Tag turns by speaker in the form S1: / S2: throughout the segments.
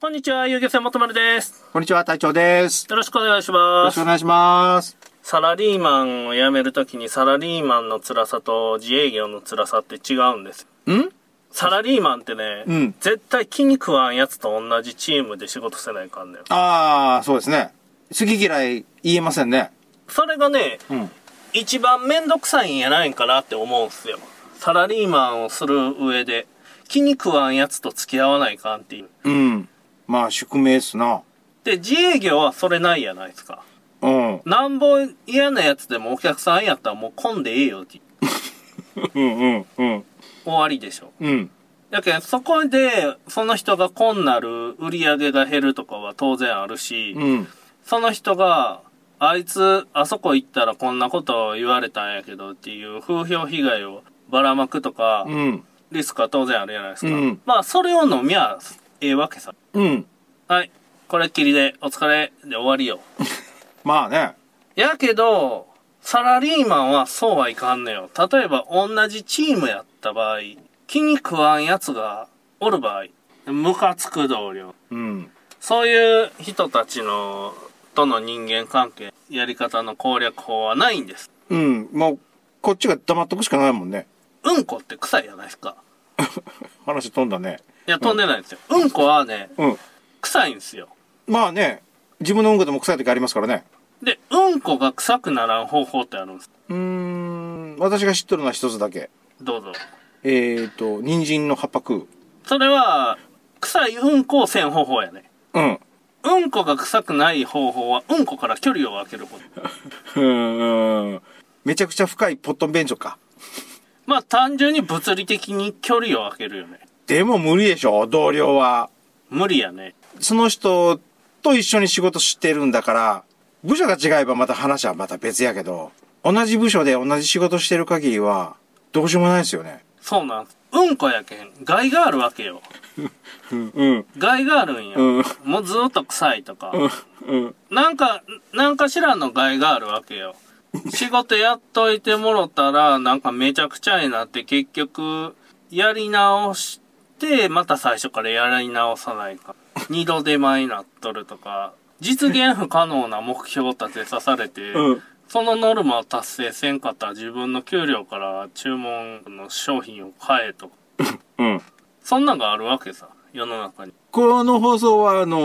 S1: こんにちは、遊漁船元丸です。
S2: こんにちは、隊長です。
S1: よろしくお願いし
S2: よ
S1: ま
S2: ろし
S1: す
S2: くお。願いします。
S1: サラリーマンを辞めるときにサラリーマンの辛さと自営業の辛さって違うんですよ。
S2: ん
S1: サラリーマンってね、
S2: うん
S1: 絶対気に食わんやつと同じチームで仕事せないかんねん。
S2: ああ、そうですね。好き嫌い言えませんね。
S1: それがね、
S2: うん。
S1: 一番めんどくさいんやないんかなって思うんすよ。サラリーマンをする上で、気に食わんやつと付き合わないかんっていう。
S2: うん。まあ、宿命っすな。
S1: で、自営業はそれないやないですか。
S2: うん。
S1: なんぼ嫌なやつでもお客さんやったらもう混んでええよって
S2: うんうんうん。
S1: 終わりでしょ。
S2: うん。
S1: だけど、そこで、その人がこんなる売り上げが減るとかは当然あるし、
S2: うん。
S1: その人が、あいつ、あそこ行ったらこんなこと言われたんやけどっていう風評被害をばらまくとか、
S2: うん。
S1: リスクは当然あるじゃないですか。
S2: うん
S1: まあ、それを飲みゃええわけさ。
S2: うん。
S1: はい。これっきりで、お疲れで終わりよ。
S2: まあね。
S1: やけど、サラリーマンはそうはいかんのよ。例えば同じチームやった場合、気に食わんやつがおる場合、ムカつく同僚。
S2: うん。
S1: そういう人たちの、との人間関係、やり方の攻略法はないんです。
S2: うん。もう、こっちが黙っとくしかないもんね。
S1: うんこって臭いじゃないですか。
S2: 話飛んだね。
S1: いや、飛んでないんですよ。うんこはね、
S2: うん。
S1: 臭いんですよ。
S2: まあね、自分の音楽でも臭い時ありますからね。
S1: で、うんこが臭くならん方法ってあるんです。
S2: うーん。私が知ってるのは一つだけ。
S1: どうぞ。
S2: えっ、ー、と、人参の葉っぱ食う。
S1: それは、臭いうんこをせん方法やね。
S2: うん。
S1: うんこが臭くない方法は、うんこから距離を空けること。
S2: うーんめちゃくちゃ深いポットン便所か。
S1: まあ単純に物理的に距離を空けるよね。
S2: でも無理でしょ、同僚は。
S1: 無理やね。
S2: その人と一緒に仕事してるんだから、部署が違えばまた話はまた別やけど、同じ部署で同じ仕事してる限りは、どうしようもないですよね。
S1: そうなんす。うんこやけん。害があるわけよ。
S2: うん、うん、
S1: 害があるんよ。
S2: うん
S1: もうずっと臭いとか。
S2: うん、
S1: なんか、なんかしらの害があるわけ よ。仕事やっといてもろたら、なんかめちゃくちゃになって結局、やり直して、また最初からやり直さないか。二度手間になっとるとか、実現不可能な目標を立てさされて、
S2: うん
S1: そのノルマを達成せんかったら自分の給料から注文の商品を買えとか、
S2: うん。
S1: そんなんがあるわけさ、世の中に。
S2: この放送は、あの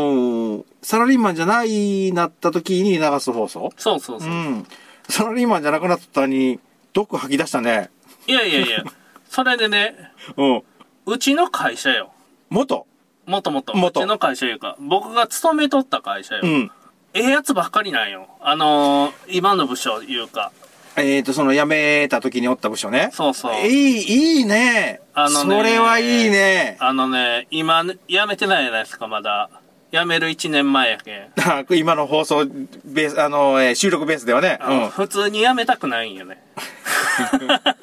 S2: ーサラリーマンじゃないなった時に流す放送
S1: そうそうそうう。
S2: ん。サラリーマンじゃなくなった途端に、毒吐き出したね。
S1: いやいやいや、それでね、
S2: うん。
S1: うちの会社よ。
S2: 元。
S1: もともと、う
S2: 元
S1: ちの会社いうか、僕が勤めとった会社よ。
S2: うん。
S1: ええやつばっかりなんよ。あのー、今の部署いうか、
S2: えー、と、その辞めた時におった部署ね。
S1: そうそう。
S2: いい、いいね。
S1: あのね
S2: それはいいね。
S1: あのね、今、辞めてないじゃないですか、まだ。辞める1年前やけん。
S2: あ今の放送ベース、あの、えー収録ベースではね。
S1: あの 普通に辞めたくないんよね。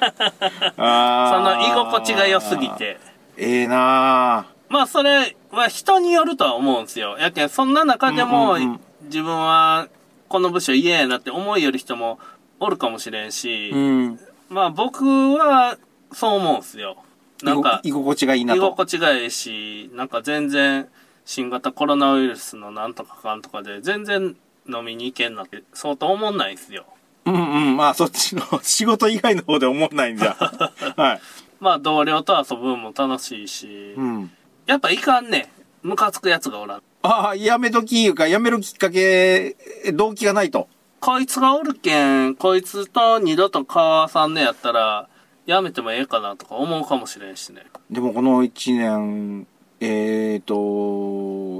S1: その居心地が良すぎ。て。
S2: ええな
S1: まあそれは人によるとは思うんですよ。やけん、そんな中でも、
S2: うんうんうん
S1: 自分はこの部署嫌やなって思いよる人もおるかもしれんし、
S2: ぁうん。
S1: まあ僕はそう思うんすよ。なんか、
S2: 居心地がいいな
S1: 居
S2: と。
S1: 心地がええし、なんか全然新型コロナウイルスのなんとかかんとかで全然飲みに行けんなって相当思んないですよ。
S2: うんうん。まあ、そっちの 仕事以外の方で思わない んだ。はい。
S1: まあ同僚と遊ぶんも楽しいし、
S2: うん。
S1: やっぱいかんね。ムカつくやつがおらん。
S2: ああ、やめときいうか、やめるきっかけ、動機がないと。
S1: こいつがおるけん、こいつと二度と川さんねやったら、やめてもええかなとか思うかもしれんしね。
S2: でもこの一年、えー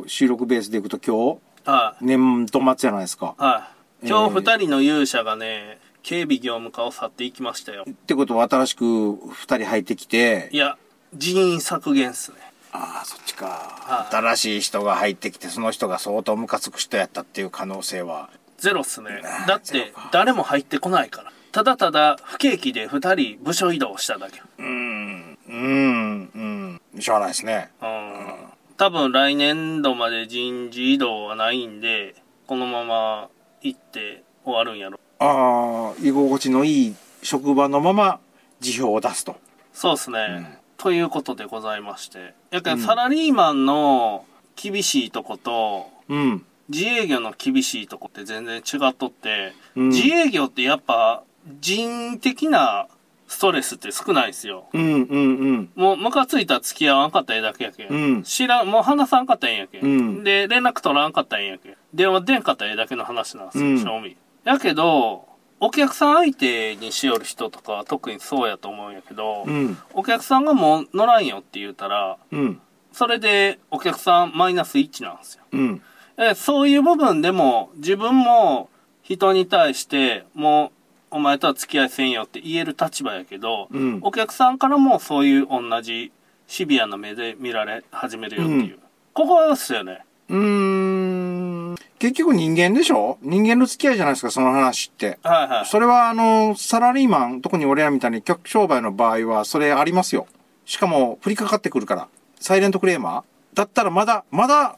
S2: と、収録ベースでいくと今日、
S1: はい、
S2: 年度末じゃないですか。
S1: はい、今日
S2: え
S1: 二人の勇者がね、警備業務課を去っていきましたよ。
S2: ってことは新しく二人入ってきて
S1: い、や、人員削減っすね。
S2: ああ、そっちか
S1: は。い
S2: 新しい人が入ってきて、その人が相当ムカつく人やったっていう可能性は。
S1: ゼロっすね
S2: あ。ー
S1: だっ
S2: ゼ
S1: て
S2: ロか、
S1: 誰も入ってこないから。ただただ、不景気で二人部署移動しただけ。
S2: うーん、うーん、うん。しょうがないですね。
S1: うん。多分来年度まで人事異動はないんで、このまま行って終わるんやろ。
S2: ああ、居心地のいい職場のまま辞表を出すと。
S1: そうっすね。ということでございまして。やけ
S2: うん
S1: ん、サラリーマンの厳しいとこと、
S2: うん。
S1: 自営業の厳しいとこって全然違っとって、
S2: うん
S1: 自営業ってやっぱ人的なストレスって少ないですよ。
S2: うんうんうん。
S1: もうムカついたら付き合わんかったらええだけやけ、
S2: うん
S1: 知らん、もう話さんかったらええんやけ、
S2: うん
S1: で、連絡取らんかったらええんやけ。電話出んかったらええだけの話なんですよ、
S2: うん
S1: 正味。やけど、お客さん相手にしよる人とかは特にそうやと思うんやけど、
S2: うん。
S1: お客さんがもう乗らんよって言うたら、
S2: うん。
S1: それでお客さんマイナス1なんですよ。
S2: うん。
S1: えそういう部分でも自分も人に対してもうお前とは付き合いせんよって言える立場やけど、
S2: うん
S1: お客さんからもそういう同じシビアな目で見られ始めるよっていう、
S2: う
S1: ここですよね
S2: うーん。結局人間でしょ人間の付き合いじゃないですか、その話って。
S1: はいはい
S2: それはあの、サラリーマン、特に俺らみたいに客商売の場合は、それありますよ。しかも、降りかかってくるから。サイレントクレーマーだったらまだ、まだ、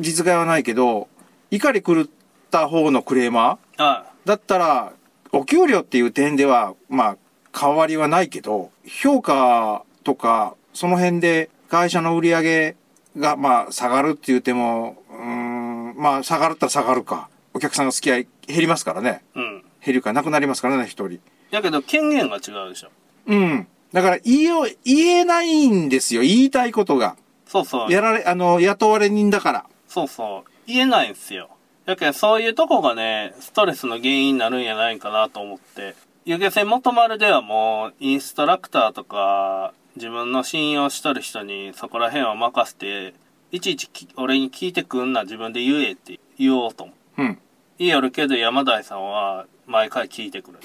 S2: 実害はないけど、怒り狂った方のクレーマー
S1: は
S2: だったら、お給料っていう点では、まあ、変わりはないけど、評価とか、その辺で会社の売り上げが、まあ、下がるって言っても、うーん、まあ、下がるったら下がるか。お客さんの付き合い減りますからね。
S1: いうん
S2: 減るか、なくなりますからね、一人。
S1: やけど権限が違うでしょ
S2: うん。だから、言いよう、言えないんですよ。言いたいことが。
S1: そうそう
S2: やられ、あの、雇われ人だから。
S1: そうそう言えないんすよやけどそういうとこがねストレスの原因になるんやないかなと思って湯気船元丸ではもうインストラクターとか自分の信用しとる人にそこら辺を任せていちいちき俺に聞いてくんな自分で言えって言おうと思う
S2: うん。
S1: 言いよるけど山台さんは毎回聞いてくる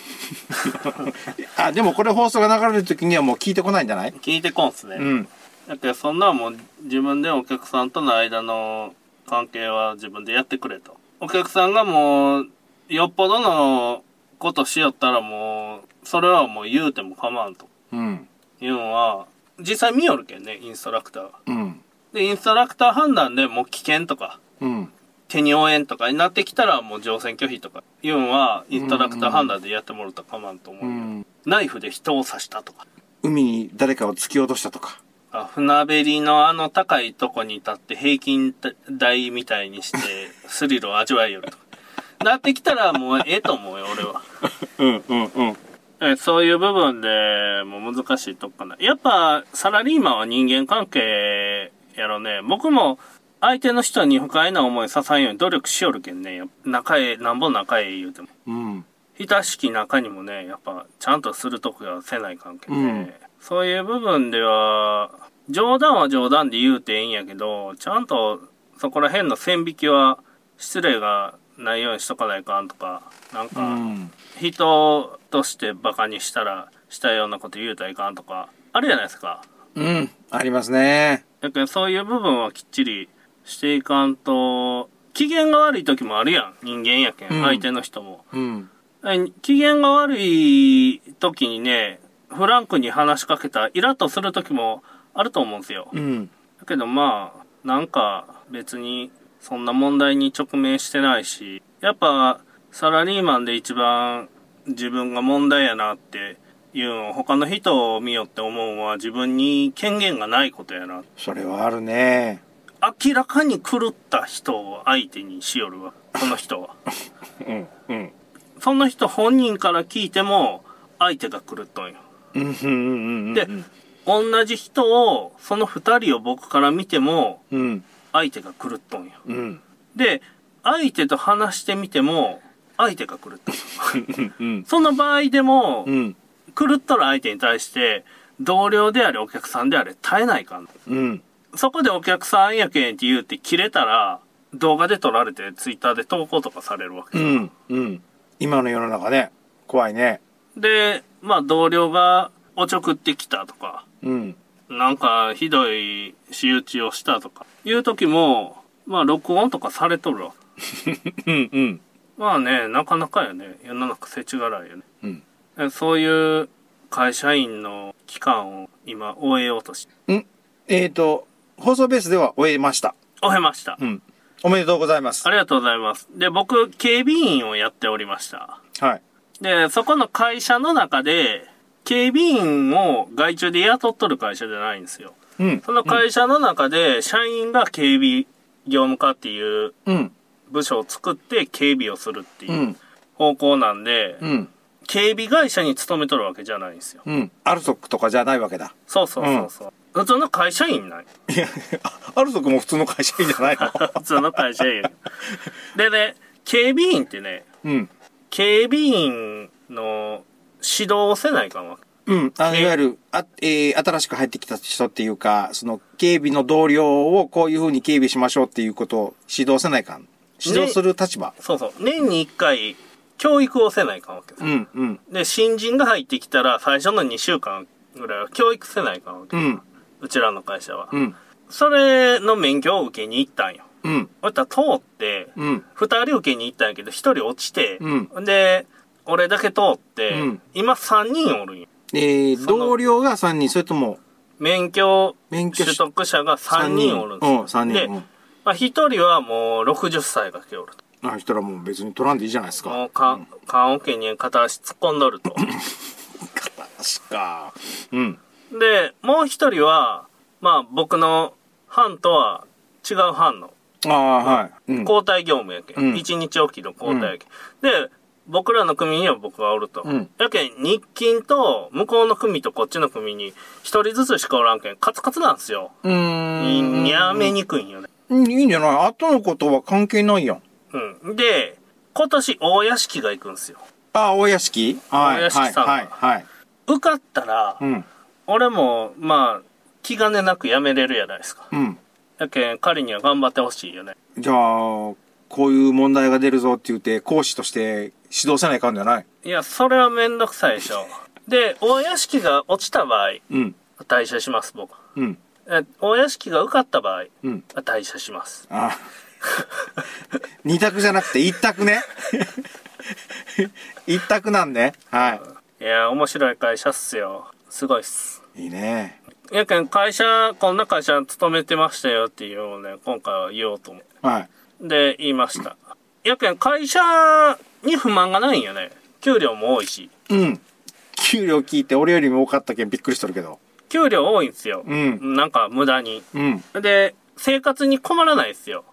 S2: あ、でもこれ放送が流れる時にはもう聞いてこないんじゃない
S1: 聞いてこんすね、
S2: うん。
S1: だけどそんなんもう自分でお客さんとの間の関係は自分でやってくれと。お客さんがもう、よっぽどのことしよったらもう、それはもう言うても構わんと。
S2: うん。
S1: いうのは、実際見よるけんね、インストラクターが。
S2: うん。
S1: で、インストラクター判断でもう危険とか、
S2: うん。
S1: 手に応援とかになってきたらもう乗船拒否とか、いうのは、インストラクター判断でやってもらったら構わんと思う
S2: う
S1: よ、
S2: ん。
S1: ナイフで人を刺したとか。
S2: 海に誰かを突き落としたとか。
S1: あ船べりのあの高いとこに立って平均台みたいに してスリルを味わえよると。なってきたらもうええと思うよ、俺は。
S2: うんうんうん。
S1: えそういう部分でもう難しいとこかな。やっぱサラリーマンは人間関係やろね。僕も相手の人に不快な思いささんように努力しよるけんね。やっぱ仲ええ、なんぼ仲ええ言うても。
S2: うん。
S1: 親しき中にもねやっぱちゃんとするとこがせない関係で、
S2: うん
S1: そういう部分では冗談は冗談で言うていいんやけどちゃんとそこら辺の線引きは失礼がないようにしとかないかんとかなん
S2: う
S1: か
S2: ん。
S1: 人としてバカにしたらしたようなこと言うたらいかんとかあるじゃないですか
S2: うん。ありますね。
S1: だからそういう部分はきっちりしていかんと機嫌が悪い時もあるやん人間やけん、
S2: うん
S1: 相手の人も
S2: うん。
S1: え機嫌が悪い時にね、フランクに話しかけたらイラッとする時もあると思うんですよ。
S2: うん。
S1: だけどまあ、なんか別にそんな問題に直面してないし、やっぱサラリーマンで一番自分が問題やなっていうのを他の人を見よって思うのは自分に権限がないことやな。
S2: それはあるね。
S1: 明らかに狂った人を相手にしよるわ、この人は。
S2: うん。うん。
S1: その人本人から聞いても相手が狂っとんよ。
S2: うんうんうんうん。
S1: で、同じ人をその二人を僕から見ても
S2: うん。
S1: 相手が狂っとんよ
S2: うん。
S1: で相手と話してみても相手が狂っとんよ
S2: うん。
S1: その場合でも
S2: うん。
S1: 狂っとる相手に対して同僚であれお客さんであれ耐えないかん
S2: うん。
S1: そこでお客さんやけんって言うて切れたら動画で撮られてツイッターで投稿とかされるわけ、
S2: うん。うん。今の世の中ね。怖いね。
S1: でまあ同僚がおちょくってきたとか
S2: うん。
S1: なんかひどい仕打ちをしたとかいう時もまあ録音とかされとるわ
S2: うんうん。
S1: まあねなかなかやね世の中世知辛いよね
S2: うん。
S1: えそういう会社員の期間を今終えようとし
S2: うん。えっ、と、放送ベースでは終えました。
S1: 終えました、
S2: うん。おめでとうございます
S1: あ。りがとうございますで僕警備員をやっておりました
S2: はい。
S1: でそこの会社の中で警備員を外注で雇っとる会社じゃないんですよ
S2: うん。
S1: その会社の中で社員が警備業務課っていう
S2: うん。
S1: 部署を作って警備をするって
S2: う。
S1: いうん方向なんで、
S2: うん。
S1: 警備会社に勤めとるわけじゃないんですよ。
S2: うん。アルソックとかじゃないわけだ。
S1: そうそうそうそう。普通の会社員 ない。
S2: いや、アルソックも普通の会社員じゃないの
S1: 普通の会社員。でね、警備員ってね、
S2: うん。
S1: 警備員の指導をせないかんわけ。
S2: うん。あの、
S1: え
S2: いわゆる、あ、えー新しく入ってきた人っていうか、その、警備の同僚をこういうふうに警備しましょうっていうことを指導せないかん。指導する立場。
S1: そうそう。年に1回、教育をせないかんわけです。
S2: うん、うん。
S1: で、新人が入ってきたら、最初の2週間ぐらいは教育せないかんわけ。
S2: うん、
S1: うちらの会社は。
S2: うん、
S1: それの免許を受けに行ったんよ。
S2: うん、
S1: そしたら通って、
S2: うん、
S1: 2人受けに行ったんやけど、1人落ちて、
S2: う
S1: で、俺だけ通って、
S2: うん
S1: 今3人おるんよ。
S2: えー、
S1: その
S2: 同僚が3人、それとも、
S1: 免許
S2: 免許
S1: 取得者が3人おるんですよ。
S2: うん、3
S1: で、
S2: 人。うん
S1: まあ、1人はもう60歳が来ておると。
S2: あ、したらもう別に取らんでいいじゃないです
S1: も
S2: か
S1: う。か、棺桶に片足突っ込んどると。
S2: 確か。うん。
S1: で、もう一人は、まあ僕の班とは違う班の
S2: ああ、はい。うん。
S1: 交代業務やけ
S2: うん
S1: ん。一、日おきの交代やけん。で、僕らの組には僕がおると。
S2: うん
S1: やけん、日勤と向こうの組とこっちの組に一人ずつしかおらんけん、カツカツなんすよ。
S2: うーん。
S1: にやめにくいんよね。
S2: うん。いいんじゃない後のことは関係ないやん。
S1: うん。で、今年大屋敷が行くんすよ。
S2: ああ、大屋敷はい。
S1: 大屋敷さんが
S2: はい、はいはい。
S1: 受かったら、
S2: うん、
S1: 俺も、まあ、気兼ねなく辞めれるやないですか。
S2: うん。
S1: やけん、彼には頑張ってほしいよね。
S2: じゃあ、こういう問題が出るぞって言って、講師として指導せないかんじゃない
S1: いや、それはめんどくさいでしょ。で、大屋敷が落ちた場合、
S2: うん、
S1: 退社します、僕。
S2: うん、
S1: え、大屋敷が受かった場合、
S2: うん。
S1: 退社します。
S2: あ二択じゃなくて一択ね。一択なんね。はい
S1: や、面白い会社っすよ。すごいっす。
S2: い。いいね。
S1: やけん、会社、こんな会社勤めてましたよっていうのをね、今回は言おうと思
S2: はい。
S1: う。で、言いました。やけん、会社に不満がないんよね。給料も多いし。
S2: うん。給料聞いて俺よりも多かったけんびっくりしとるけど。
S1: 給料多いんすよ。
S2: うん
S1: なんか、無駄に。
S2: うん。
S1: で、生活に困らないっすよ。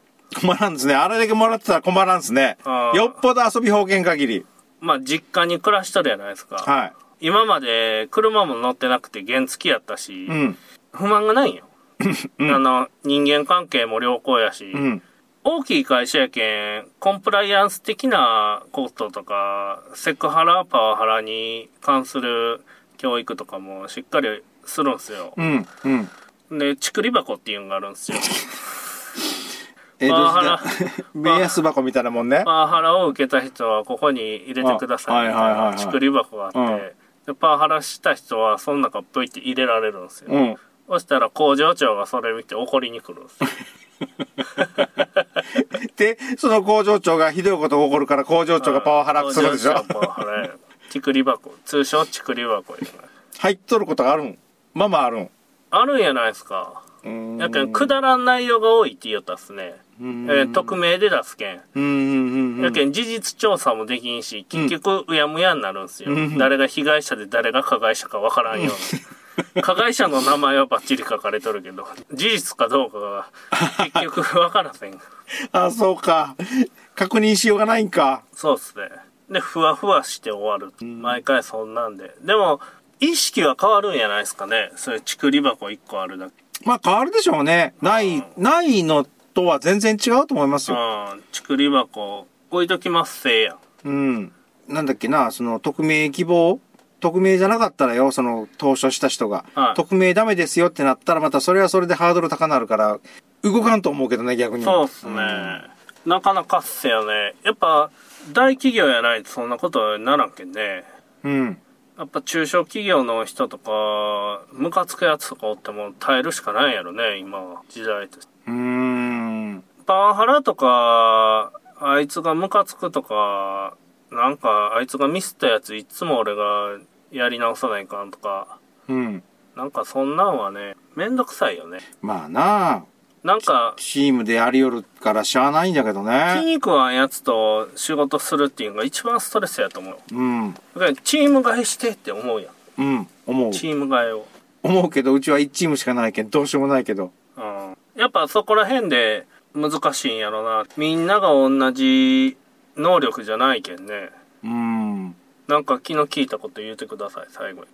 S2: 困らんですね。あれだけもらってたら困らんですね
S1: あ。ー
S2: よっぽど遊び方言限り。
S1: まあ、実家に暮らしとるやないですか。
S2: は
S1: 今まで車も乗ってなくて原付きやったし、
S2: い。うん。
S1: 不満がないんよ、あの人間関係も良好やし、
S2: うん。
S1: 大きい会社やけんコンプライアンス的なこととかセクハラパワハラに関する教育とかもしっかりするんすよ、
S2: うん。うん。
S1: でちくり箱っていうのがあるん すよ
S2: え
S1: パワハラ
S2: どうした 目安箱みたいなもんね。
S1: パワハラを受けた人はここに入れてくださいみ
S2: あはいは
S1: たいな
S2: いはいは
S1: いちくり箱があって、でパワハラした人はその中プイって入れられるんすよ、
S2: うん。
S1: そしたら工場長がそれ見て怒りに来るんですよ
S2: で、その工場長がひどいことが起こるから工場長がパワハラするでし
S1: 工
S2: ょ
S1: 場長パワハラやちくり箱通称ちくり箱やな
S2: 入っとることがあるん。まあまああるん。
S1: あるんやないですか
S2: うーん
S1: やけんくだらん内容が多いって言ったっすね
S2: うーん
S1: えー匿名で出すけん
S2: うんうんうんうん
S1: やけん事実調査もできんし結局うやむやになるんすよ、
S2: うん
S1: 誰が被害者で誰が加害者かわからんような加害者の名前はバッチリ書かれとるけど事実かどうかが結局わからせん
S2: あ、そうか。確認しようがないんか。
S1: そうっすね。で、ふわふわして終わる。毎回そんなんで。でも、意識は変わるんやないですかね。そういうちくり箱1個あるだけ。
S2: まあ変わるでしょうね。ない、ないのとは全然違うと思いますよ。
S1: うん。ちくり箱、置いときますせいやん。
S2: うん。なんだっけな、その、匿名希望匿名じゃなかったらよ、その、投書した人が。
S1: はい
S2: 匿名ダメですよってなったら、またそれはそれでハードル高なるから、動かんと思うけどね、逆に。
S1: そうっすね。
S2: ん
S1: なかなかっすよね。やっぱ、大企業やないとそんなことにならんけんね。
S2: うん。
S1: やっぱ中小企業の人とか、ムカつくやつとかおっても耐えるしかないやろね、今は。時代として
S2: うーん。
S1: パワハラとか、あいつがムカつくとか、なんかあいつがミスったやついつも俺がやり直さないかんとか、
S2: うん。
S1: なんかそんなんはね、めんどくさいよね。
S2: まあなあ、
S1: なんか、
S2: チームでやりよるからしゃあないんだけど
S1: 筋
S2: ね。
S1: 肉はやつと仕事するっていうのが一番ストレスやと思う。
S2: うん。
S1: だからチーム替えしてって思うやん。
S2: うん。思う。
S1: チーム替えを。
S2: 思うけど、うちは1チームしかないけん、どうしようもないけど。
S1: うん。やっぱそこら辺で、難しいんやろな。みんなが同じ能力じゃないけんね。
S2: うん。
S1: なんか気の利いたこと言うてください、最後に。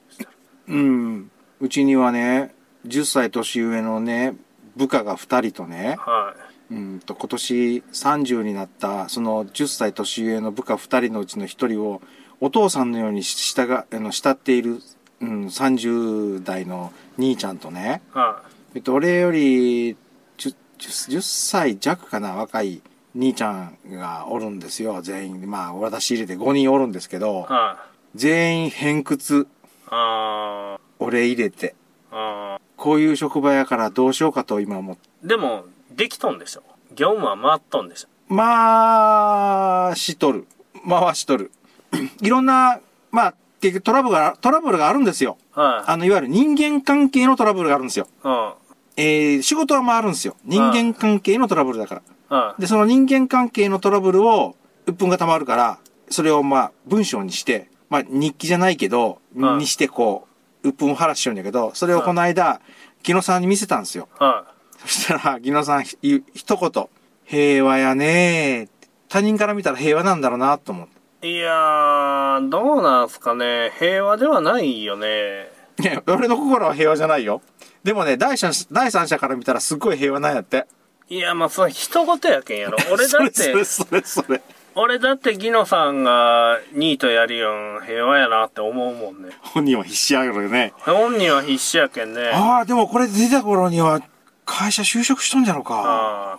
S2: うん。うちにはね、10歳年上のね、部下が2人とね、
S1: はい。
S2: うんと、今年30になった、その10歳年上の部下2人のうちの1人を、お父さんのように従が、あの、慕っている、うん、30代の兄ちゃんとね、
S1: は
S2: えっと、俺より 10, 10歳弱かな、若い兄ちゃんがおるんですよ、全員。まあ、私入れて5人おるんですけど
S1: い。、はい。
S2: 全員偏屈、
S1: あー
S2: 俺入れて。
S1: あ
S2: こういう職場やからどうしようかと今思って。
S1: ー。でも、できとんでしょ。業務は回っとんでしょ。
S2: まあ、しとる。回しとる。 いろんな、まあ、結局トラブルが、トラブルがあるんですよ。あ
S1: はい。
S2: の、いわゆる人間関係のトラブルがあるんですよ。
S1: うん。
S2: えー、仕事は回るんですよ。人間関係のトラブルだから。
S1: はい。
S2: で、その人間関係のトラブルを、鬱憤が溜まるから、それをまあ、文章にして、まあ、日記じゃないけど、
S1: うん
S2: にしてこう、鬱憤を晴らしちゃうんだけど、それをこの間、木野さんに見せたんですよ。
S1: は
S2: そしたら、木野さん、ひ一言、平和やねーって他人から見たら平和なんだろうなと思っ
S1: い。いやー、どうなんすかね。平和ではないよね。
S2: て。いや、俺の心は平和じゃないよ。でもね、第三者第三者から見たらすっごい平和なんやって。
S1: いや、まあ、それは人事やけんやろ。俺だっ
S2: そ
S1: て、
S2: れそれそれそれ。
S1: 俺だってギノさんがニートやるよん平和やなって思うもんね。
S2: 本人は必死やけどね。
S1: 本人は必死やけんね。
S2: ああ、でもこれ出た頃には、会社就職しとんじゃろうか。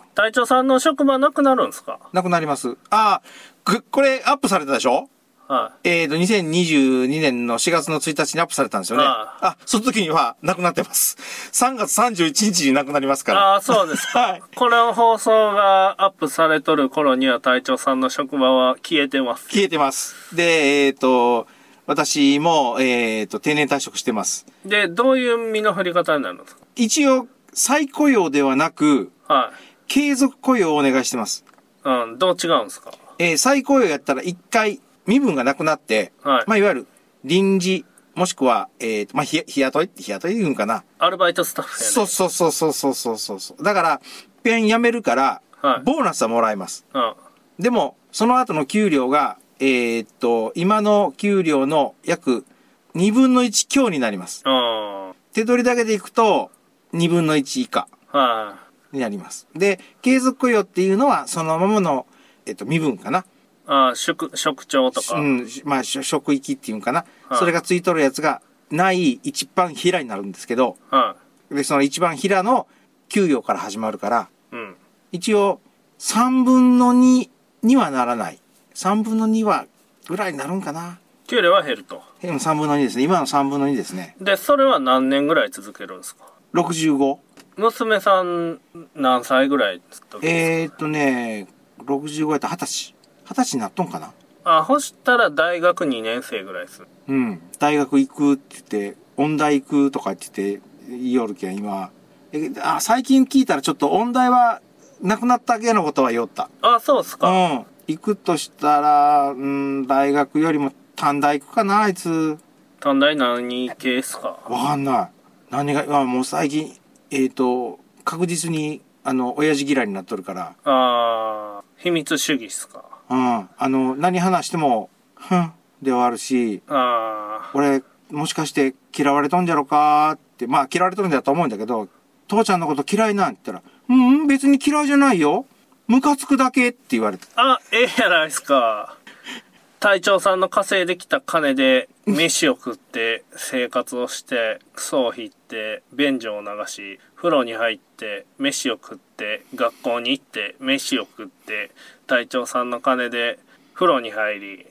S1: あー隊長さんの職場なくなるんすか
S2: なくなります。ああ、くこれアップされたでしょ
S1: は
S2: えーと、2022年の4月の1日にアップされたんですよね。
S1: あ
S2: あ、その時にはなくなってます。3月31日になくなります
S1: い。
S2: から。
S1: ああ、そうですか。
S2: はい。
S1: この放送がアップされとる頃には隊長さんの職場は消えてます。
S2: 消えてます。で、えっ、と、私も、えっ、と、定年退職してます。
S1: で、どういう身の振り方になるんですか
S2: 一応、再雇用ではなく、
S1: は
S2: 継続雇用をお願いしてます。
S1: い。うん、どう違うんですか
S2: えー再雇用やったら一回、身分がなくなって、
S1: はい
S2: まあ、いわゆる、臨時、もしくは、えっ、と、まあ、日日雇い、日雇いで言うんかな。
S1: アルバイトスタッフやね。
S2: そうそうそうそうそうそうそうそう。だから、ペン辞めるから、
S1: はい
S2: ボーナスはもらえます。
S1: うん。は
S2: でも、その後の給料が、えーっと、今の給料の約2分の1強になります。
S1: うん。
S2: 手取りだけでいくと、2分の1以下
S1: は
S2: になります。で、継続雇用っていうのは、そのままの、えっと、身分かな。
S1: い。ああ、職、職長とか。
S2: うん、しまあ、しょ職域っていうんかな。
S1: はい
S2: それがついとるやつが、ない一番平になるんですけど、
S1: は
S2: で、その一番平の給与から始まるから、
S1: い。うん。
S2: 一応、3分の2にはならない。3分の2は、ぐらいになるんかな。
S1: 給料は減ると。
S2: でも3分の2ですね。今の3分の2ですね。
S1: で、それは何年ぐらい続けるんですか
S2: 65。
S1: 娘さん何歳ぐらいっつったっけ
S2: えー、っとね、65やったら20歳。20歳になっとんかな
S1: あ、ほしたら大学2年生ぐらいです。
S2: うん。大学行くって言って、音大行くとかって言って、言いよるけん、今。えあ最近聞いたらちょっと音大は、なくなったけのことは言おった。
S1: あ、そうっす
S2: う
S1: か。
S2: ん。行くとしたら、うん、大学よりも短大行くかな、あいつ。
S1: 短大何系っすか
S2: わかんない。何が、あもう最近、えっ、と、確実に、あの、親父嫌いになっとるから、
S1: あー、秘密主義っすか。
S2: うん。あの、何話しても、ふん、で終わるし、
S1: あ
S2: 俺、もしかして嫌われとんじゃろかって、まあ嫌われとるんだと思うんだけど、父ちゃんのこと嫌いなんって言ったら、うん、別に嫌いじゃないよ。ムカつくだけって言われて。
S1: ー。あ、ええやないっすか。隊長さんの稼いできた金で、飯を食って、生活をして、クソを引って、便所を流し、風呂に入って、飯を食って、学校に行って、飯を食って、隊長さんの金で、風呂に入り、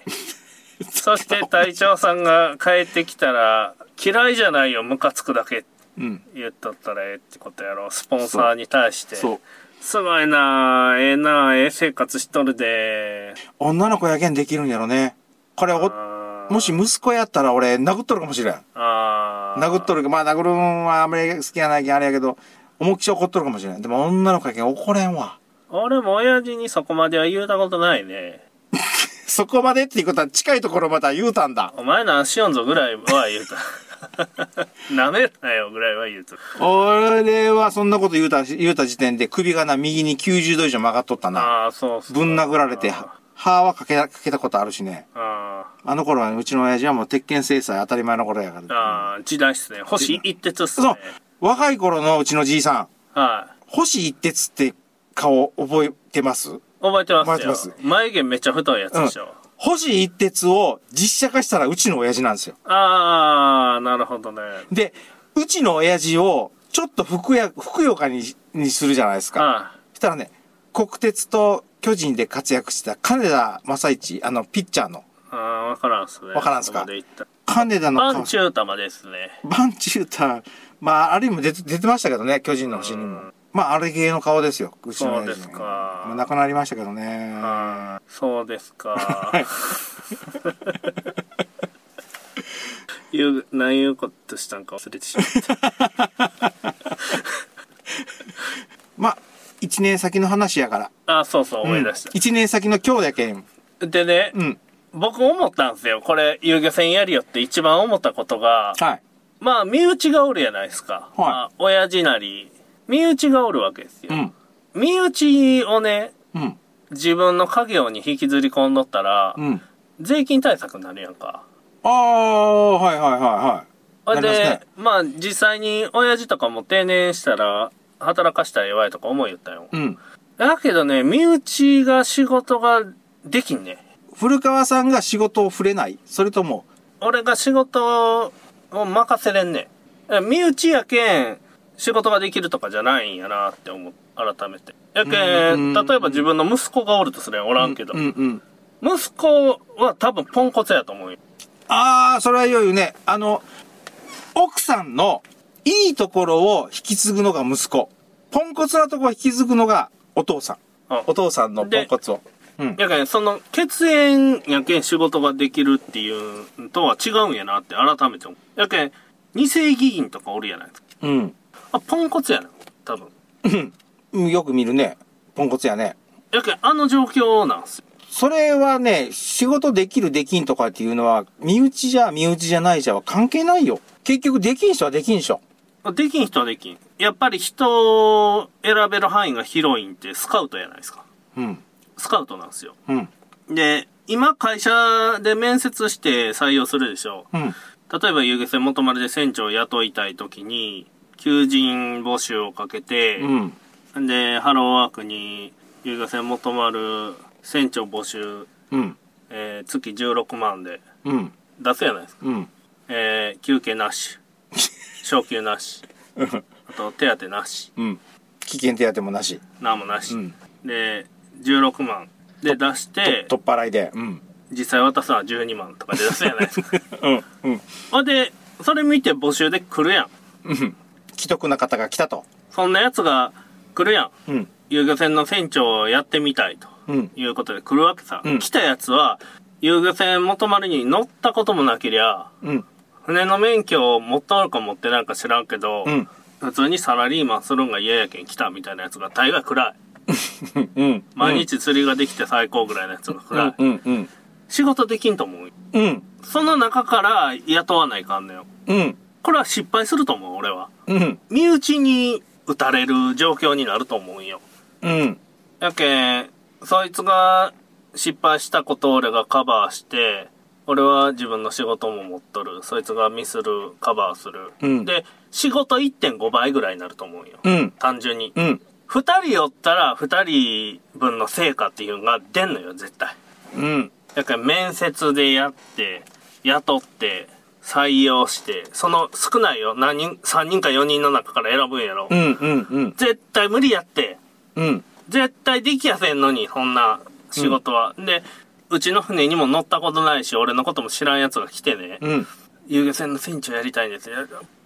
S1: そして隊長さんが帰ってきたら、嫌いじゃないよ、ムカつくだけ
S2: うん。
S1: 言っとったらええってことやろ。スポンサーに対して。
S2: そう。
S1: すごいなあええなあええ生活しとるで
S2: 女の子やけんできるんやろね。これ、お
S1: あー
S2: もし息子やったら俺、殴っとるかもしれん。
S1: あー
S2: 殴っとるけどまあ殴るんはあんまり好きやないけんあれやけど、重きし怒っとるかもしれん。でも女の子やけん怒れんわ。
S1: 俺も親父にそこまでは言うたことないね
S2: そこまでっていうことは近いところまた言うたんだ。
S1: お前なんしよんぞぐらいは言うた なめるなよぐらいは言うとる。
S2: 俺はそんなこと言うた、言うた時点で首がな、右に90度以上曲がっとったな。
S1: ああ、そうそう。
S2: ぶん殴られて、
S1: あ
S2: は歯はかけた、かけたことあるしね。
S1: あ
S2: あの頃はね、うちの親父はもう鉄拳制裁当たり前の頃やか
S1: ー、
S2: ら。
S1: ああ、時代っすね。星一徹っすね
S2: そ。う、若い頃のうちのじいさん、
S1: はい。
S2: 星一徹って顔覚えてます
S1: 覚えてますよ。
S2: 覚えてます
S1: 眉毛めっちゃ太いやつでしょ。
S2: 星一徹を実写化したらうちの親父なんですよ。
S1: ああ、なるほどね。
S2: で、うちの親父をちょっとふくや、ふくよかに、にするじゃないですか。
S1: あ
S2: そしたらね、国鉄と巨人で活躍した金田正一、あの、ピッチャーの、
S1: あ、ああ、わからんっすね。
S2: わからんっすか
S1: そこまで言った
S2: 金田の
S1: パ
S2: 顔
S1: ンチュー玉ですね。
S2: バンチューター、まあ、ある意味出て出てましたけどね、巨人の星にも。まあ、あれ系の顔ですよ、うちの親父ね
S1: そうですか
S2: まあ、亡くなりましたけどね。
S1: ああ、そうですか。いう、何いうことしたんか忘れてしまった。
S2: まあ、一年先の話やから。
S1: ああ、そうそう、思い出した。
S2: 一年先の今日やけん。
S1: でね、
S2: うん。
S1: 僕思ったんですよ。これ、遊漁船やるよって一番思ったことが、
S2: はい。
S1: まあ、身内がおるやないですか。
S2: い
S1: まあ、親父なり、身内がおるわけですよ。
S2: うん。
S1: 身内をね、
S2: うん。
S1: 自分の家業に引きずり込んどったら、
S2: うん。
S1: 税金対策になるやんか。
S2: ああ、はいはいはいはい。
S1: ほい
S2: なります
S1: で
S2: ね、
S1: まあ、実際に親父とかも定年したら、働かしたら弱いとか思い言ったよ。
S2: うん。
S1: だけどね、身内が仕事ができんね。
S2: 古川さんが仕事を触れないそれとも、
S1: 俺が仕事を任せれんねん。身内やけん、仕事ができるとかじゃないんやなって思う。改めて。やけ
S2: うん
S1: ん、例えば自分の息子がおるとすれんおらんけど、
S2: うんうん。
S1: 息子は多分ポンコツやと思うよ。
S2: ああ、それは良いよね。あの、奥さんのいいところを引き継ぐのが息子。ポンコツなところを引き継ぐのがお父さん。
S1: あ
S2: お父さんのポンコツを。うん。
S1: やけん、その、血縁やけん仕事ができるっていうのとは違うんやなって改めて思う。やけん、二世議員とかおるやないですか。
S2: うん
S1: あ、ポンコツやな、多分。
S2: うん。よく見るね。ポンコツやね。
S1: やけん、あの状況なんすよ。
S2: それはね、仕事できるできんとかっていうのは、身内じゃ身内じゃないじゃは関係ないよ。結局できん人はできん人。
S1: できん人はできん。やっぱり人を選べる範囲が広いんってスカウトやないですか。
S2: うん。
S1: スカウトなんですよ。
S2: うん。
S1: で、今会社で面接して採用するでしょ
S2: うん。
S1: 例えば遊漁船元丸で船長を雇いたい時に、求人募集をかけて、
S2: うん。
S1: で、ハローワークに遊漁船元丸船長募集、
S2: うん。
S1: えー月16万で
S2: うん。
S1: 出すやないですか。
S2: うん。
S1: えー休憩な し。昇給なし。あと手当なし。
S2: うん。危険手当もなし。
S1: なんもなし、
S2: うん
S1: で16万で出して
S2: 取っ払いで。うん。
S1: 実際渡すのは12万とかで出すじゃないです か
S2: うん。うん。
S1: ほんでそれ見て募集で来るやん
S2: うん。既得な方が来たと。
S1: そんなやつが来るやん
S2: うん。
S1: 遊漁船の船長をやってみたいと
S2: うん。
S1: いうことで来るわけさ、
S2: うん
S1: 来たやつは遊漁船元丸に乗ったこともなけりゃ
S2: うん。
S1: 船の免許を持っとるか持ってないか知らんけど、
S2: うん。
S1: 普通にサラリーマンするんが嫌やけん来たみたいなやつが大概暗い
S2: うん。
S1: 毎日釣りができて最高ぐらいのやつが
S2: うん。
S1: 暗い、
S2: うん。うん。
S1: 仕事できんと思うよ
S2: うん。
S1: その中から雇わないかんのよ。
S2: うん。
S1: これは失敗すると思う、俺は。
S2: うん。
S1: 身内に撃たれる状況になると思うんよ。
S2: うん。
S1: やけん、そいつが失敗したことを俺がカバーして、俺は自分の仕事も持っとる。そいつがミスる、カバーする。
S2: うん
S1: で、仕事1.5倍ぐらいになると思うんよ。
S2: うん。
S1: 単純に。
S2: うん。
S1: 二人おったら二人分の成果っていうのが出んのよ、絶対。
S2: うん。
S1: だから面接でやって、雇って、採用して、その少ないよ、何人、3人か4人の中から選ぶんやろ。
S2: うん。うん。
S1: 絶対無理やって、
S2: うん。
S1: 絶対できやせんのに、そんな仕事は。で、うちの船にも乗ったことないし、俺のことも知らん奴が来てね、
S2: うん。
S1: 遊漁船の船長やりたいんですよ。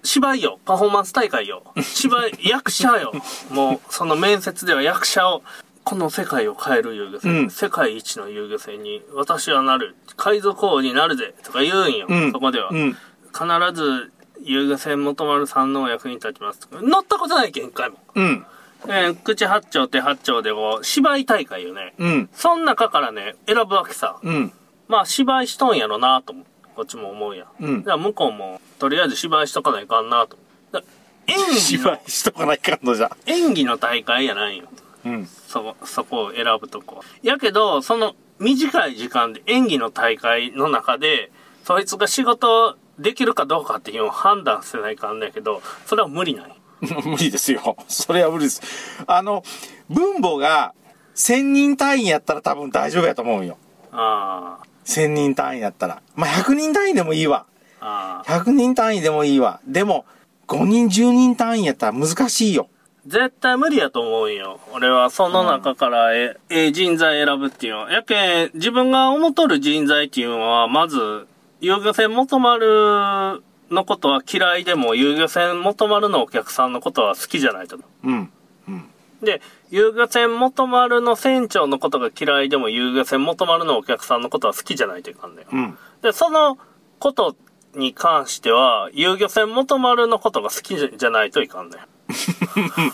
S1: 芝居よ、パフォーマンス大会よ、芝居、 役者よ。もう、その面接では役者を、この世界を変える遊漁船、
S2: うん
S1: 世界一の遊漁船に私はなる、海賊王になるぜ、とか言うんよ、
S2: うん。
S1: そこでは。
S2: うん。
S1: 必ず、遊漁船元丸さんのお役に立ちます。乗ったことないけん、一回も。
S2: うん。
S1: えー口八丁手八丁でこう、芝居大会よね。
S2: うん。
S1: そん中からね、選ぶわけさ。
S2: うん。
S1: まあ、芝居しとんやろなと思う。こっちも思うやん。
S2: うん
S1: じゃあ向こうも、とりあえず芝居しとかないかんなと。だ演技
S2: 芝
S1: の
S2: 居、しとかないかんのじゃ。
S1: 演技の大会やないよ。
S2: うん。
S1: そ、そこを選ぶとこ。やけど、その短い時間で演技の大会の中で、そいつが仕事できるかどうかっていうのを判断せないかんだけど、それは無理ない。
S2: 無理ですよ。それは無理です。あの、分母が1000人単位やったら多分大丈夫やと思うんよ。
S1: あ
S2: 1000人単位やったら。まあ、100人単位でもいいわ。
S1: あ、ああ。
S2: 100人単位でもいいわ。でも、5人、10人単位やったら難しいよ。
S1: 絶対無理やと思うんよ。俺はその中からえ、ええ人材選ぶっていうのは。やけん、自分が思っとる人材っていうのは、まず、遊漁船元丸のことは嫌いでも、遊漁船元丸のお客さんのことは好きじゃないと思う。
S2: うん。うん。
S1: で、遊漁船元丸の船長のことが嫌いでも、遊漁船元丸のお客さんのことは好きじゃないといかんだよ。
S2: うん。
S1: で、そのことに関しては、遊漁船元丸のことが好きじゃないといかんだよ。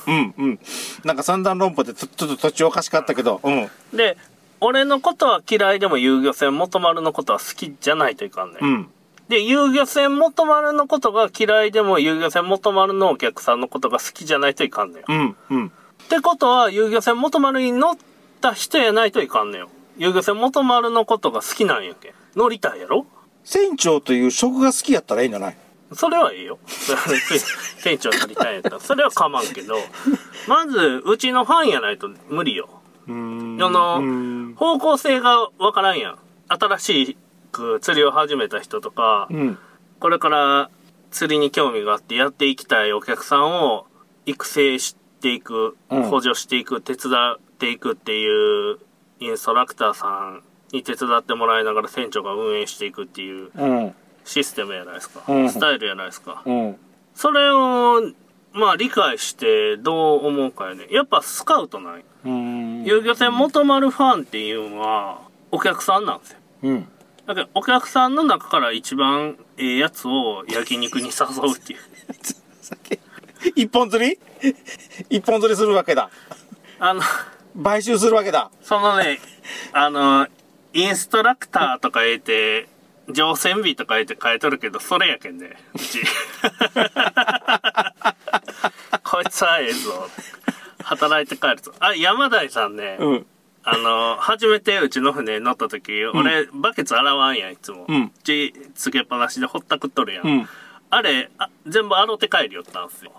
S2: うん。うん。なんか三段論法でちょちょっと途中おかしかったけど、うん。
S1: で、俺のことは嫌いでも遊漁船元丸のことは好きじゃないといかんね、。
S2: うんん。
S1: で、遊漁船元丸のことが嫌いでも遊漁船元丸のお客さんのことが好きじゃないといかんねん。
S2: うん。うん。
S1: ってことは、遊漁船元丸に乗った人やないといかんねんよ。遊漁船元丸のことが好きなんやけん。乗りたいやろ
S2: 船長という職が好きやったらいいんじゃない
S1: それはいいよ。 船長になりたいんやったら。それは構わんけど。まず、うちのファンやないと無理よ。
S2: うーん
S1: あの
S2: うん。
S1: 方向性がわからんやん。新しく釣りを始めた人とか、
S2: うん。
S1: これから釣りに興味があってやっていきたいお客さんを育成していく、
S2: うん
S1: 補助していく、手伝っていくっていうインストラクターさんに手伝ってもらいながら船長が運営していくっていう
S2: うん。
S1: システムやないですか。
S2: うん
S1: スタイルやないですか。
S2: うん。
S1: それを、まあ理解してどう思うかよね。やっぱスカウトない。
S2: うん。
S1: 遊漁船元丸ファンっていうのはお客さんなんですよ
S2: うん。
S1: だからお客さんの中から一番ええやつを焼肉に誘うって いう
S2: 一本釣り一本釣りするわけだ。
S1: あの
S2: 買収するわけだ。
S1: そのねあのインストラクターとか言えて乗船日とか言って書いとるけどそれやけんねう ちこいつはええぞ働いて帰るぞあ山台さんね、
S2: うん。
S1: あの、初めてうちの船乗った時、俺、バケツ洗わんやん、いつも。
S2: うん
S1: ち、つけっぱなしでほったくっとるやん。
S2: うん。
S1: あれあ、全部洗って帰りよったんすよ。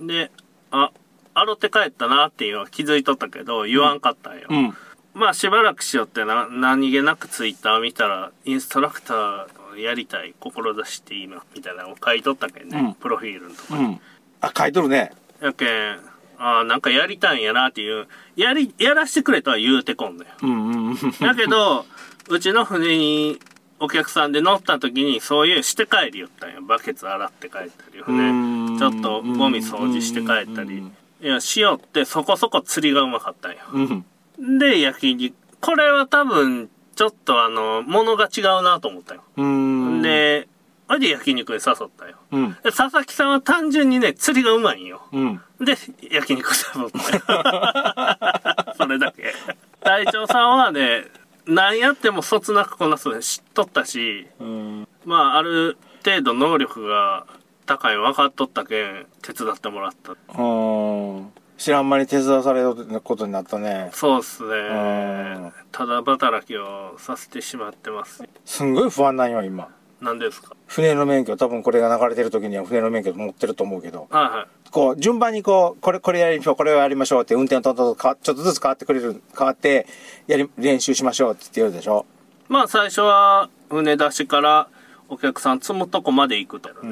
S2: うん。
S1: で、あ、洗って帰ったなっていうのは気づいとったけど、言わんかったんよ。
S2: うん。
S1: まあ、しばらくしよってな、何気なくツイッター見たら、インストラクターやりたい、志して今、みたいなのを書いとったけんね、
S2: うん
S1: プロフィールのとこ
S2: う
S1: に。
S2: ん。あ、書いとるね。
S1: やけん、ああ、なんかやりたいんやなっていう、やり、やらしてくれとは言うてこんのよ。
S2: うんうんうん。
S1: だけど、うちの船にお客さんで乗った時にそういうして帰りよったんや。バケツ洗って帰ったり、
S2: うー
S1: 船、
S2: ん
S1: ちょっとゴミ掃除して帰った
S2: う
S1: り
S2: ん。
S1: いや、しよってそこそこ釣りがうまかったんや。
S2: うん。
S1: で、焼肉。これは多分、ちょっとあの、物が違うなと思ったよ。
S2: うん。、
S1: で、あれで焼肉に誘ったよ。
S2: うん。
S1: で佐々木さんは単純にね、釣りがうまいんよ。
S2: うん。
S1: で、焼肉食べた。 それだけ。隊長さんはね、何やってもそつなくこなすの知っとったし、
S2: うん。
S1: まあ、ある程度能力が高いの分かっとったけん、手伝ってもらった。
S2: うん。知らん間に手伝わされることになったね。
S1: そうっす
S2: う
S1: ね。
S2: ん。
S1: ただ働きをさせてしまってます。
S2: すんごい不安なんよ、今。
S1: 何ですか
S2: 船の免許、多分これが流れてる時には船の免許持ってると思うけど、
S1: はいはい。
S2: こう、順番にこう、これ、これやりましょう、これをやりましょうって、運転をトントンとちょっとずつ変わってくれる、変わって、やり、練習しましょうって言ってるでしょ。
S1: まあ、最初は船出しからお客さん積むとこまで行くと、ね。
S2: う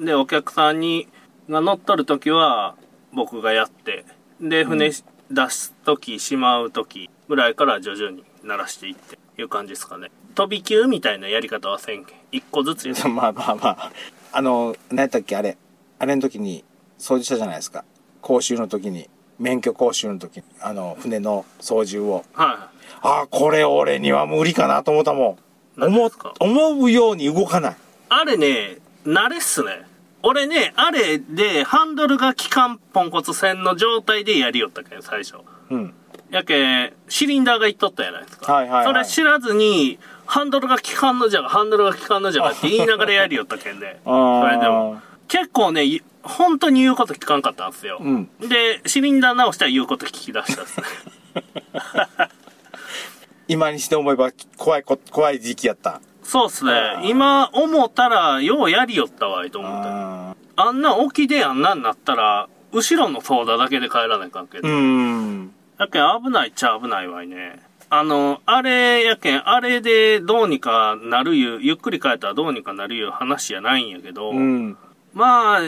S2: ん。
S1: でお客さんにが乗っとる時は僕がやってで船し出す時しまう時ぐらいから徐々に鳴らしていっていう感じですかね飛び級みたいなやり方はせんけん1個ずつ やる
S2: まあまあまあ。あの、何やったっけ、あれ。あれの時に、掃除したじゃないですか。講習の時に、免許講習の時に、あの、船の操縦を。
S1: は
S2: ああ、これ俺には無理かなと思ったもん。
S1: 何
S2: 思
S1: で
S2: う
S1: すか、
S2: 思うように動かない。
S1: いあれね慣れっすね俺ねあれでハンドルが機関ポンコツ線の状態でやりよったけん最初
S2: うん。
S1: やけんシリンダーがいっとったやないですか、
S2: はいはいはい。
S1: それ知らずにハンドルが効かんのじゃが、ハンドルが効かんのじゃがって言いながらやりよったけんで
S2: あ
S1: それでも。結構ね、い本当に言うこと聞かんかったんですよ。
S2: うん
S1: で、シリンダー直したら言うこと聞き出したっ すね。
S2: 今にして思えば怖いこ怖い時期やった
S1: そうっす
S2: あ
S1: ね。
S2: ー
S1: 今思ったら、ようやりよったわいと思って。
S2: あ
S1: あんな沖であんなになったら、後ろのソーダだけで帰らないかんけ
S2: う
S1: ど。
S2: ん
S1: やけん危ないっちゃ危ないわいね。あの、あれやけん、あれでどうにかなるゆう、ゆっくり帰ったらどうにかなるいう話やないんやけど、
S2: うん
S1: まあ、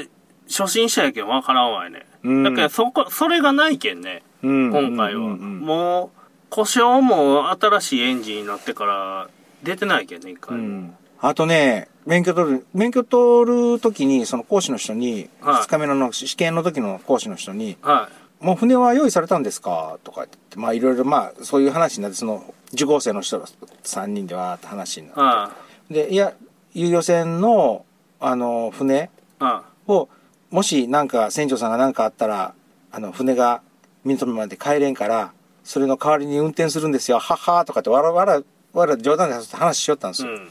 S1: 初心者やけんわからんわいね。
S2: うん
S1: だけどそこ、それがないけんね、
S2: うん
S1: 今回は。
S2: うんうん
S1: もう、故障も新しいエンジンになってから出てないけんね、一
S2: う
S1: 回も。
S2: んあとね免許取る免許取る時にその講師の人に、
S1: はい
S2: 2日目の試験の時の講師の人に
S1: はい。
S2: もう船は用意されたんですかとか言って、まあいろいろまあそういう話になって、その受講生の人ら3人でわーって話になっ
S1: は
S2: て。で、いや、遊漁船の、あの、船
S1: い。は
S2: を、もしなんか船長さんが何かあったら、あの、船が港まで帰れんから、それの代わりに運転するんですよ、はっはーとかってわらわら、わら冗談で話しよったんです
S1: い。う
S2: よ。
S1: ん。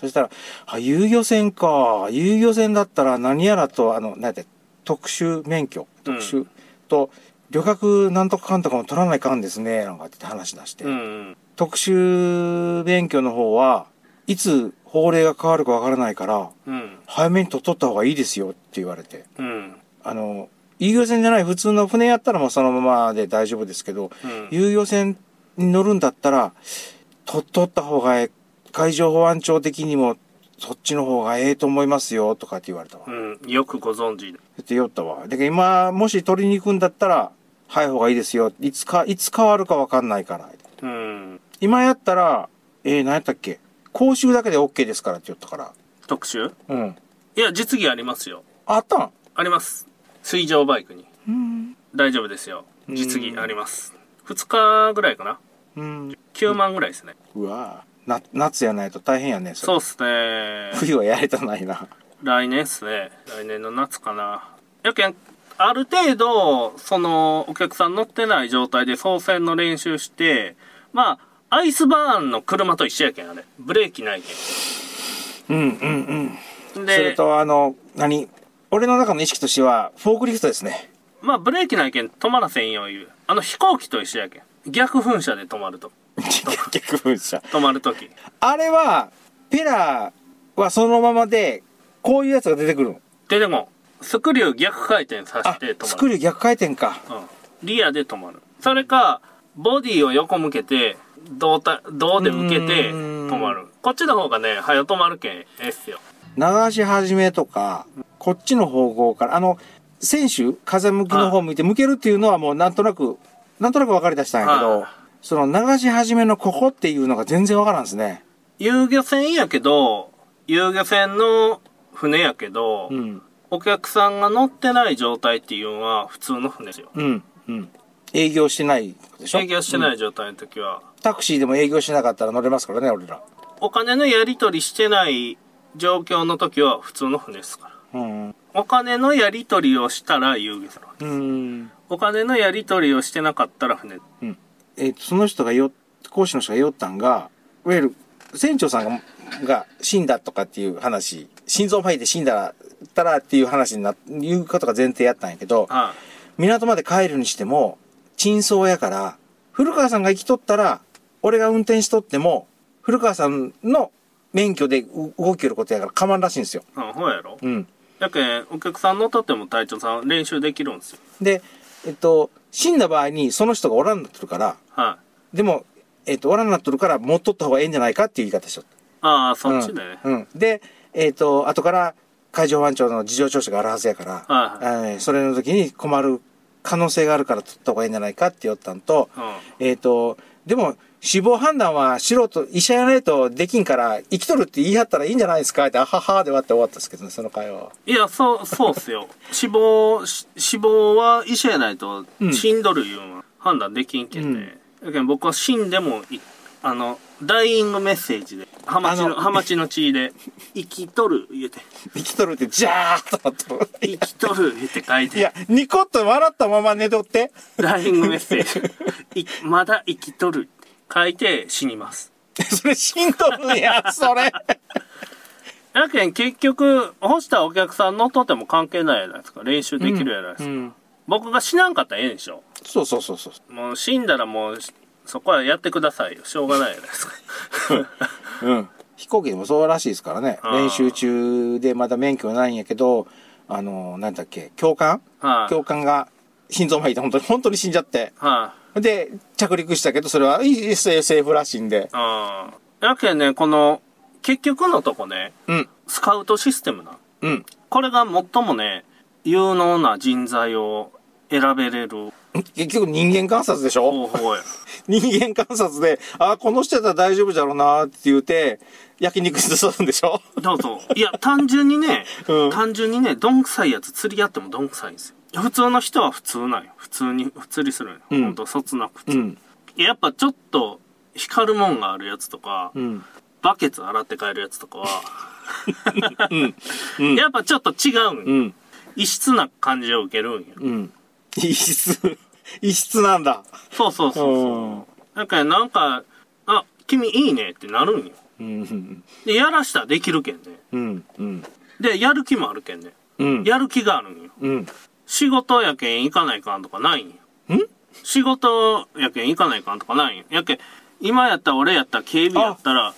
S2: そしたら、あ、遊漁船か。遊漁船だったら何やらと、あの、なんて、特殊免許、
S1: うん
S2: 特殊と、旅客なんとかかんとかも取らないかんですね、なんかって話し出して。
S1: うん。
S2: 特殊免許の方は、いつ法令が変わるかわからないから、
S1: うん。
S2: 早めに取っとった方がいいですよって言われて。
S1: うん。
S2: あの、遊漁船じゃない普通の船やったらもうそのままで大丈夫ですけど、
S1: うん。
S2: 遊漁船に乗るんだったら、と、取った方がええ、海上保安庁的にも、そっちの方がええと思いますよ、とかって言われたわ。
S1: うん、よくご存知で。
S2: 言って酔ったわ。で、今、もし取りに行くんだったら、早い方がいいですよ。いつか、いつ変わるかわかんないから。
S1: うん。
S2: 今やったら、えー、何やったっけ講習だけで OK ですからって言ったから。
S1: 特集
S2: うん。
S1: いや、実技ありますよ。
S2: あったん
S1: あります。水上バイクに。
S2: うん。
S1: 大丈夫ですよ。
S2: うん
S1: 実技あります。2日ぐらいかな
S2: うん。
S1: ?9 万ぐらいですね。
S2: うわぁ。な、夏やないと大変やね、
S1: そう
S2: う。
S1: っすね。
S2: 冬はやりたないな。
S1: 来年っすね。来年の夏かな。やけん、ある程度、その、お客さん乗ってない状態で操船の練習して、まあ、アイスバーンの車と一緒やけん、あれ。ブレーキないけ
S2: うん、うん、うん。
S1: ん。
S2: それ
S1: で、
S2: とあの何俺の中の意識としてはフォークリフトですね
S1: まあ、ブレーキないけん止まらせんよ、いう。あの飛行機と一緒やけん。逆噴射で止まると。
S2: 逆噴射
S1: 止まるとき。
S2: あれはペラはそのままでこういうやつが出てくるの
S1: で、でも、スクリュー逆回転さ
S2: あ
S1: せて
S2: ス
S1: 止
S2: ク
S1: まる。
S2: リュー逆回転か
S1: うん。リアで止まる。それか、ボディを横向けて、胴体、胴で向けて
S2: うーん
S1: 止まる。こっちの方がね、早止まるけん、ええっすよ。
S2: 流し始めとかこっちの方向からあの選手風向きの方向いて向けるっていうのはもうなんとなくなんとなく分かりだしたんやけど
S1: はい
S2: その流し始めのここっていうのが全然分からんですね
S1: 遊漁船やけど、遊漁船の船やけど、
S2: うん
S1: お客さんが乗ってない状態っていうのは普通の船ですよ。
S2: うんうん営業してないでしょ
S1: 営業してない状態の時は、
S2: タクシーでも営業しなかったら乗れますからね、俺ら。
S1: お金のやり取りしてない状況の時は普通の船ですから。
S2: うん。
S1: お金のやり取りをしたら遊漁船。
S2: うん。
S1: お金のやり取りをしてなかったら船。
S2: うん。えっ、と、その人がよ、講師の人が酔ったんが、いわゆる、船長さんが、が死んだとかっていう話、心臓麻痺で死んだら、たらっていう話にな、いうことが前提やったんやけど、
S1: は
S2: 港まで帰るにしても、珍相やから、古川さんが生きとったら、俺が運転しとっても、古川さんの免許でう動きよることやから構わんらしいんですよ。
S1: い。うん、ほうやろ
S2: うん。
S1: だけんお客さん乗ったっても隊長さん練習できるんですよ。
S2: で、えっと、死んだ場合にその人がおらんなっとるから、
S1: はい。
S2: でも、えっと、おらんなっとるから、持っとった方がええんじゃないかっていう言い方しとっ
S1: ああ、
S2: た。
S1: そっちでね。
S2: うん。うんで、えっと、後から海上保安庁の事情聴取があるはずやから、
S1: はい
S2: えーそれの時に困る可能性があるから取った方がええんじゃないかって言ったんと、えっと、でも、死亡判断は素人、医者やないとできんから、生きとるって言い張ったらいいんじゃないですかって、あははで終わって終わったんですけどね、その会話は。
S1: うん。いや、そう、そうっすよ。死亡し、死亡は医者やないと
S2: うん
S1: 死んどるいうんは判断できんけんね。だけん僕は死んでもい、あの、ダイイングメッセージで、ハマチ
S2: あ
S1: の、
S2: の
S1: ハマチの地位で、生きとる言うて、
S2: 生きとるって、じゃーっとなっとる。
S1: 生きとる言うて書い
S2: い
S1: て、
S2: や、ニコッと笑ったまま寝とって。
S1: ダイイングメッセージ、いまだ生きとるって書いて死にます。
S2: それしんどいやん、それ。
S1: やけん結局、干したお客さん乗っとっても関係ないやないですか。練習できるやないですか。
S2: うん。
S1: 僕が死なんかったらええんでしょ。
S2: そうそうそうそう。
S1: もう死んだらもう、そこはやってくださいよ。しょうがないやないです か。
S2: うん、飛行機でもそうらしいですからね
S1: あー
S2: 練習中でまだ免許はないんやけどあのなんだっけ教官
S1: はい、
S2: 教官が心臓まひで本当に 本当に死んじゃって
S1: はい、
S2: で着陸したけどそれはいいセセーフらしいんで
S1: ああ。やけんね、この、結局のとこね、
S2: うん
S1: スカウトシステムな。
S2: うん
S1: これが最もね、有能な人材を選べれる
S2: 結局人間観察でしょ
S1: 方法や。
S2: 人間観察でああこの人やったら大丈夫じゃろうなって言うて焼肉するんでしょ
S1: どうぞ。いや、単純にね、
S2: うん
S1: 単純にね、どんくさいやつ釣り合ってもどんくさいんですよ。普通の人は普通なんよ。普通に、普通にするんよ。
S2: うん
S1: ほんと、そつなく普通。
S2: うん
S1: やっぱちょっと、光るもんがあるやつとか、
S2: うん
S1: バケツ洗って帰るやつとかは、
S2: うんうん
S1: やっぱちょっと違うんよ、
S2: うん
S1: 異質な感じを受けるんよ。
S2: うん異質異質なんだ
S1: そうそうそうそう。なんか、なんか、あ、君いいねってなるんよ。
S2: うんうん
S1: で、やらしたらできるけんね。
S2: うんうん
S1: で、やる気もあるけんね。
S2: うん
S1: やる気があるんよ。
S2: うん。
S1: 仕事やけん行かないかんとかないんよ。
S2: ん
S1: 仕事やけん行かないかんとかないんよ。やけん、今やったら俺やったら警備やったら、
S2: ああ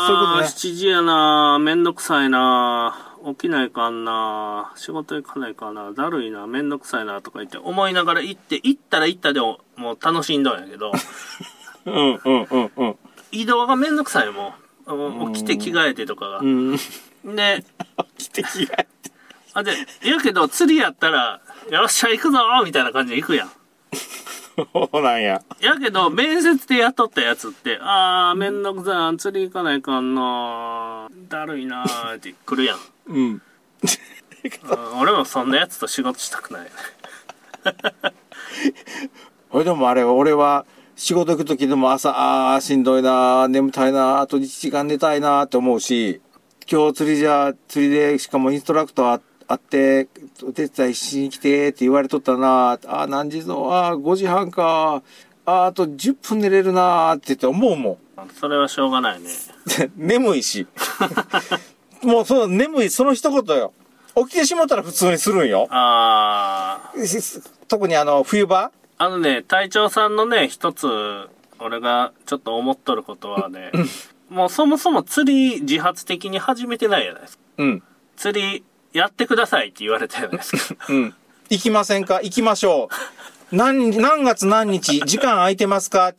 S2: ーそういうことね
S1: 7時やなめんどくさいな起きないかんな仕事行かないかなだるいなめんどくさいなとか言って思いながら行って、行ったら行ったでももう楽しんどんやけ ど。
S2: うんうんうんうん。
S1: 移動がめんどくさいもんもう起きて着替えてとか
S2: うん。
S1: が。で、
S2: 来て着替えて。
S1: あ、で、やけど釣りやったら、よっしゃ行くぞーみたいな感じで行くやん。
S2: そうなんや。
S1: やけど、面接で雇ったやつって、あー、めんどくさい、釣り行かないかんなだるいなーって来るやん。
S2: う
S1: う
S2: ん。
S1: ん俺もそんなやつと仕事したくない。
S2: 俺でもあれ、俺は仕事行く時でも朝、ああ、しんどいなー、眠たいなー、あと1時間寝たいなーって思うし、今日釣りじゃ、釣りで、しかもインストラクターあって、お手伝いしに来てって言われとったなー、ああ、何時ぞ、ああ、5時半か、ああ、あと10分寝れるなーって言って思うもん。
S1: それはしょうがないね。
S2: 眠いし。もうその眠い、その一言よ。起きてしまったら普通にするんよ。
S1: あー、
S2: し特にあの、冬場
S1: あのね、隊長さんのね、一つ、俺がちょっと思っとることはね、もうそもそも釣り自発的に始めてないじゃないですか。
S2: うん。
S1: 釣りやってくださいって言われたじゃないですか
S2: うん。行きませんか行きましょう。何、何月何日、時間空いてますかはい、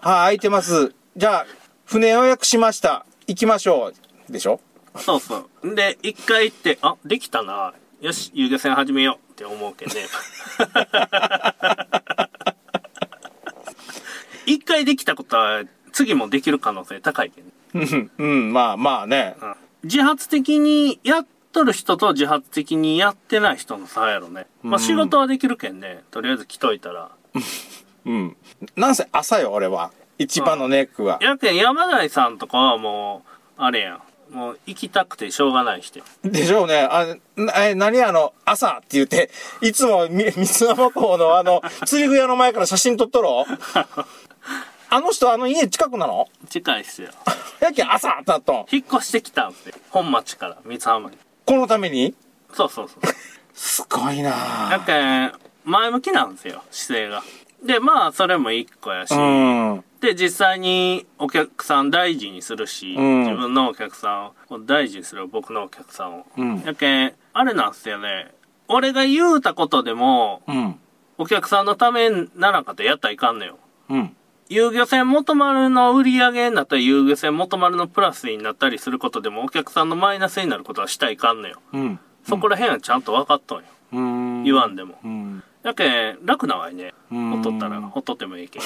S2: 空いてます。じゃあ、船予約しました。行きましょう。でしょ
S1: そうそう。んで、一回行って、あ、できたな。よし、遊漁船始めようって思うけどね。 一回できたことは、次もできる可能性高いけどね、
S2: うん、うん、まあまあね。
S1: うん自発的にやっとる人と自発的にやってない人の差やろね。まあ、仕事はできるけんね。とりあえず来といたら。
S2: うん。なんせ朝よ、俺は。一番のネックは。
S1: やけん、山台さんとかはもう、あれやん。もう、行きたくてしょうがない人やん。
S2: でしょうね。あ、なえ、何あの、朝って言って、いつもみ、三沢港のあの、釣り具屋の前から写真撮っとろあの人、あの家近くなの
S1: 近いっすよ。
S2: やけん朝ってなっとん。
S1: 引っ越してきたんで本町から三浜に
S2: このために
S1: そうそうそう
S2: すごい
S1: な
S2: なん
S1: か前向きなんですよ姿勢がでまあそれも一個やし、
S2: ぁ。うん。
S1: で実際にお客さん大事にするし、
S2: うん
S1: 自分のお客さんを大事にする僕のお客さんを、
S2: うん
S1: やけんあれなんすよね俺が言うたことでも
S2: うん。
S1: お客さんのためにならんかったらやったらいかんのよ
S2: うん。
S1: 遊漁船元丸の売り上げになったり遊漁船元丸のプラスになったりすることでもお客さんのマイナスになることはしたらいかんのよ
S2: うん。
S1: そこら辺はちゃんと分かっとんよ。
S2: うん。
S1: 言わんでも。
S2: うん。
S1: やけん、楽なわいね。
S2: うん
S1: ほっとったら、ほっとってもいい けん。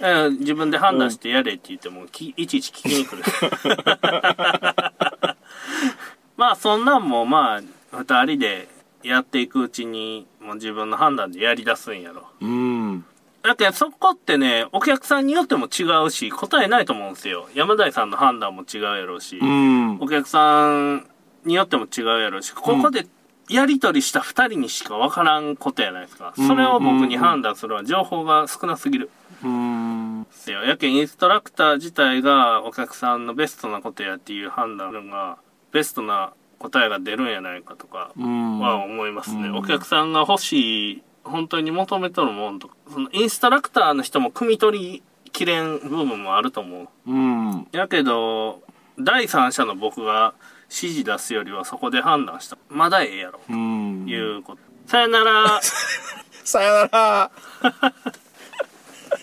S1: え自分で判断してやれって言っても、きいちいち聞きに来る。 まあ、そんなんも、まあ、二人でやっていくうちに、もう自分の判断でやり出すんやろ。
S2: うん。
S1: だけどそこってね、お客さんによっても違うし、答えないと思うんですよ。山台さんの判断も違うやろうし。
S2: うん。
S1: お客さんによっても違うやろうし、ここでやり取りした2人にしか分からんことやないですか。それを僕に判断するのは情報が少なすぎる。
S2: うん。
S1: ですよ。やけんインストラクター自体がお客さんのベストなことやっていう判断が、ベストな答えが出るんやないかとか
S2: うん
S1: は思いますね。
S2: うん
S1: お客さんが欲しい、本当に求めとるもんとか、そのインストラクターの人も汲み取りきれん部分もあると思う。
S2: うん
S1: やけど、第三者の僕が指示出すよりはそこで判断した。まだええやろ。
S2: うん
S1: いうこと。さよなら。
S2: さよなら